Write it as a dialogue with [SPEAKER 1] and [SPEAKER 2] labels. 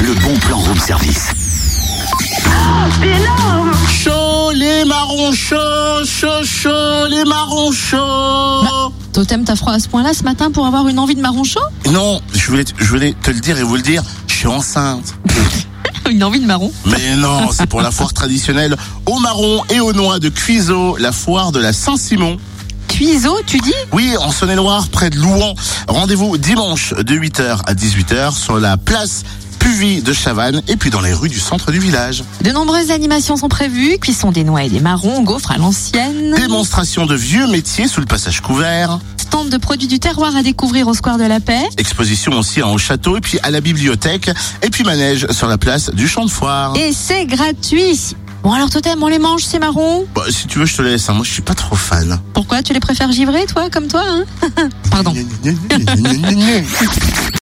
[SPEAKER 1] Le bon plan room service.
[SPEAKER 2] Chaud, les marrons chauds, chaud, chaud, les marrons chauds.
[SPEAKER 3] Totem, t'as froid à ce point-là ce matin pour avoir une envie de marron chaud
[SPEAKER 2] Non, je voulais, je voulais te le dire et vous le dire, je suis enceinte.
[SPEAKER 3] Une envie de marron
[SPEAKER 2] Mais non, c'est pour la foire traditionnelle aux marrons et aux noix de Cuiseau, la foire de la Saint-Simon.
[SPEAKER 3] Cuiseau, tu dis
[SPEAKER 2] Oui, en Saône-et-Loire, près de Louan. Rendez-vous dimanche de 8h à 18h sur la place Puvis de Chavannes et puis dans les rues du centre du village.
[SPEAKER 3] De nombreuses animations sont prévues, cuisson des noix et des marrons, gaufres à l'ancienne,
[SPEAKER 2] Démonstration de vieux métiers sous le passage couvert.
[SPEAKER 3] stand de produits du terroir à découvrir au Square de la Paix,
[SPEAKER 2] Exposition aussi hein, au château et puis à la bibliothèque. Et puis manège sur la place du champ de foire.
[SPEAKER 3] et c'est gratuit Bon alors Totem, on les mange ces marrons
[SPEAKER 2] Bah, si tu veux, je te laisse. hein. Moi, je suis pas trop fan.
[SPEAKER 3] Pourquoi tu les préfères givrés toi, comme toi hein Pardon.
[SPEAKER 2] Pardon.